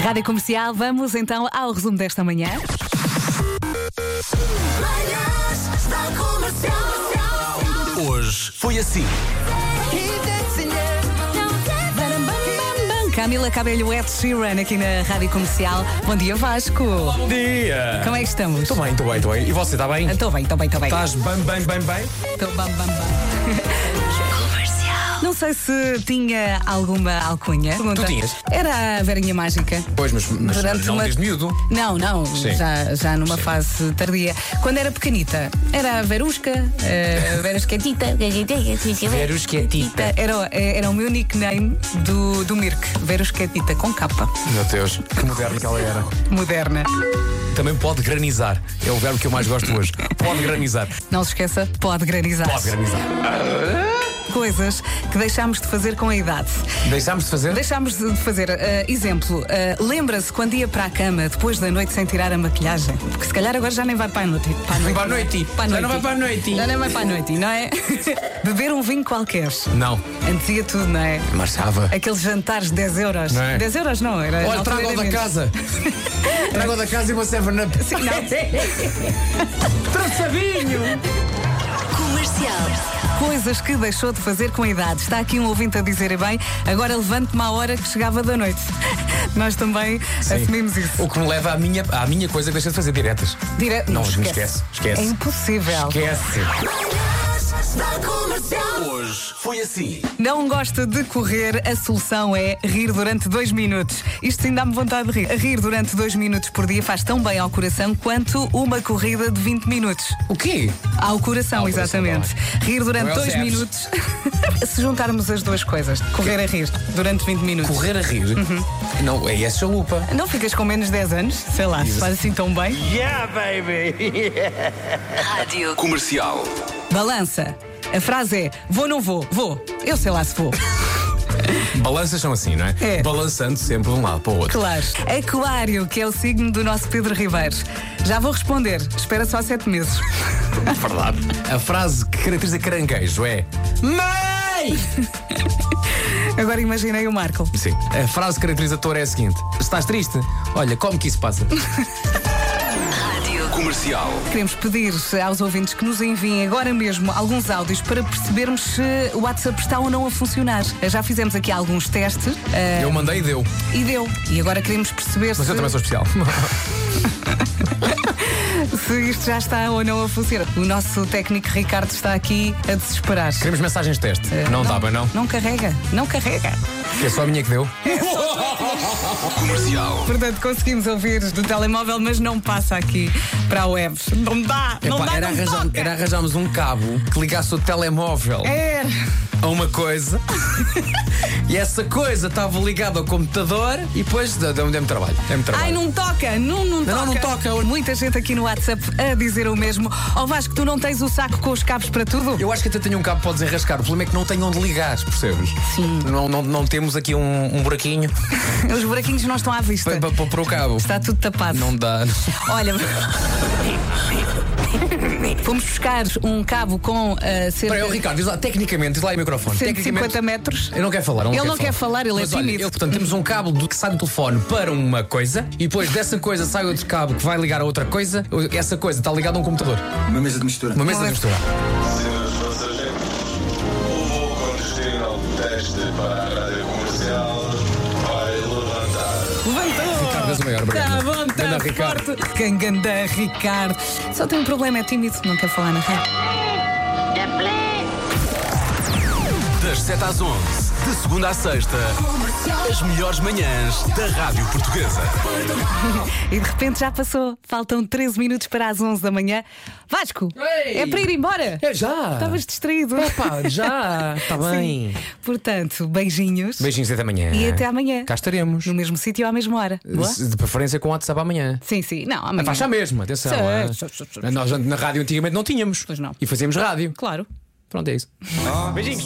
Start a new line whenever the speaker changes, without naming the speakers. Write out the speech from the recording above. Rádio Comercial, vamos então ao resumo desta manhã.
Manhãs da comercial.
Hoje foi assim.
Camila Cabelho, Ed Sheeran, aqui na Rádio Comercial. Bom dia, Vasco.
Bom dia!
Como é que estamos?
Estou bem, Tá. estou bem, estou bem. E você está bem?
Estou bem, estou bem, estou bem.
Estás bem, bem, bem, bem?
Estou bam, bam, bam. Não sei se tinha alguma alcunha. Pergunta.
tinhas?
Era a Verinha Mágica.
Pois, mas, mas
Durante
não
uma-
desde miúdo.
Não, não,
Sim.
já, já numa fase tardia. Quando era pequenita, era a Verusca, eh, a Verusquetita, é
é Verusquetita.
Eh, Era, era o meu nickname do, do Mirk, Verusquetita, com capa,
Meu Deus, que moderno que ela era.
moderna.
Também pode granizar. É o verbo que eu mais gosto hoje. Pode granizar.
Não se esqueça, pode granizar
Pode granizar.
coisas que deixámos de fazer com a idade.
Deixámos de fazer?
Deixámos de fazer. eh, exemplo, eh, lembra-se quando ia para a cama depois da noite sem tirar a maquilhagem? Porque se calhar agora já nem vai para a noite. Para a noite.
Para a noite. Já não vai para a noite.
Já nem vai para a noite, não é? Beber um vinho qualquer.
Não.
Antes ia tudo, não é?
Marchava.
Aqueles jantares de 10 euros.
Não é?
10 euros não, era.
Olha,
na
traga-o
altura era
da
menos.
casa. Traga-o da casa e uma 7-up.
Sim, não.
Comercial.
Coisas que deixou de fazer com a idade. Está aqui um ouvinte a dizer, "E bem, agora levante-me à hora que chegava da noite. Nós também assumimos isso.
O que me leva à minha, à minha coisa que deixa de fazer diretas.
Dire-
Não, me esquece, esquece.
É impossível.
Esquece.
Manhãs da comercial.
Hoje foi assim.
Não gosta de correr, a solução é rir durante dois minutos. Isto sim dá-me vontade de rir. Rir durante dois minutos por dia faz tão bem ao coração quanto uma corrida de 20 minutos.
O quê?
Ao coração,
Ao coração,
exatamente. Rir durante
Não é o
dois
Sebs.
minutos. Se juntarmos as duas coisas, correr a rir durante 20 minutos.
Correr a rir.
Uhum.
Não, é essa lupa.
Não ficas com menos 10 anos, sei lá, se faz assim tão bem.
Yeah, baby.
Comercial.
Balança. A frase é: vou, não vou, vou. Eu sei lá se vou.
Balanças são assim, não é?
É.
Balançando sempre de um lado para o outro.
Claro. Aquário, que é o signo do nosso Pedro Ribeiro. Já vou responder. Espera só sete meses.
É Verdade. A frase que caracteriza caranguejo é. Mãe!
Agora imaginei o Marco.
Sim. A frase que caracteriza touro é a seguinte: Estás triste? Olha, como que isso passa?
Comercial.
Queremos pedir aos ouvintes que nos enviem agora mesmo alguns áudios para percebermos se o WhatsApp está ou não a funcionar. Já fizemos aqui alguns testes eh,
Eu mandei e deu.
e deu. E agora queremos perceber
Mas
se,
eu também sou especial.
se isto já está ou não a funcionar. O nosso técnico Ricardo está aqui a desesperar.
Queremos mensagens de teste.
Eh,
não dá, bem não.
Não carrega, não carrega.
É só a minha que deu.
Comercial.
Portanto, conseguimos ouvir do telemóvel, mas não passa aqui para a web. Não dá, não
Epá,
dá, É.
era,
não
arranjar-
toca.
era arranjarmos um cabo que ligasse o telemóvel
Era.
a uma coisa e essa coisa estava ligada ao computador e depois deu- deu-me deu-me trabalho. Deu-me trabalho.
Ai, não toca, não, não toca.
Não, não toca.
Muita gente aqui no WhatsApp a dizer o mesmo. Ó Vasco, tu não tens o saco com os cabos para tudo?
Eu acho que até tenho um cabo para desenrascar. O problema é que não tenho onde ligar, percebes?
Sim.
Não, não, não temos aqui um, um buraquinho
Os buraquinhos não estão à vista.
para, para, para o cabo.
Está tudo tapado.
Não dá.
Olha. Fomos buscar um cabo com ah, cerca
Espera aí, ó, é Ricardo, diz lá, tecnicamente, diz lá aí o microfone.
de
Tecnicamente-
150 metros.
Eu não quero falar. eu
Ele
quero
não quer falar, ele é
Mas olha,
tímido.
eu- portanto, temos um cabo do que sai do telefone para uma coisa e depois dessa coisa sai outro cabo que vai ligar a outra coisa. Essa coisa está ligada a um computador.
Uma mesa de mistura.
Uma mesa
Não é-
de mistura.
Senhores passageiros, o voo com destino ao teste para a rádio comercial vai levantar.
Levantou!
Ricardo, és o maior, obrigado.
Tá bom, tá
Ganda Ricardo.
forte. Quem ganda Ricardo. Só tem um problema, é tímido, não é? quer falar na rádio.
Das 7 às 11, de segunda à sexta, as melhores manhãs da Rádio Portuguesa.
E de repente já passou. Faltam 13 minutos para as 11 da manhã. Vasco, é para ir embora?
É já.
Estavas distraído.
Pá, já. Está bem.
Portanto, beijinhos.
Beijinhos até amanhã.
E até amanhã.
Cá estaremos.
No mesmo sítio à mesma hora. Boa?
De preferência com WhatsApp amanhã.
Sim, sim. Não, amanhã.
Faz já mesmo, atenção.
Sim.
ah.
Sim, sim, sim, sim.
Nós na rádio antigamente não tínhamos.
Pois não.
E fazíamos rádio.
Claro.
Pronto, é isso.
Beijinhos.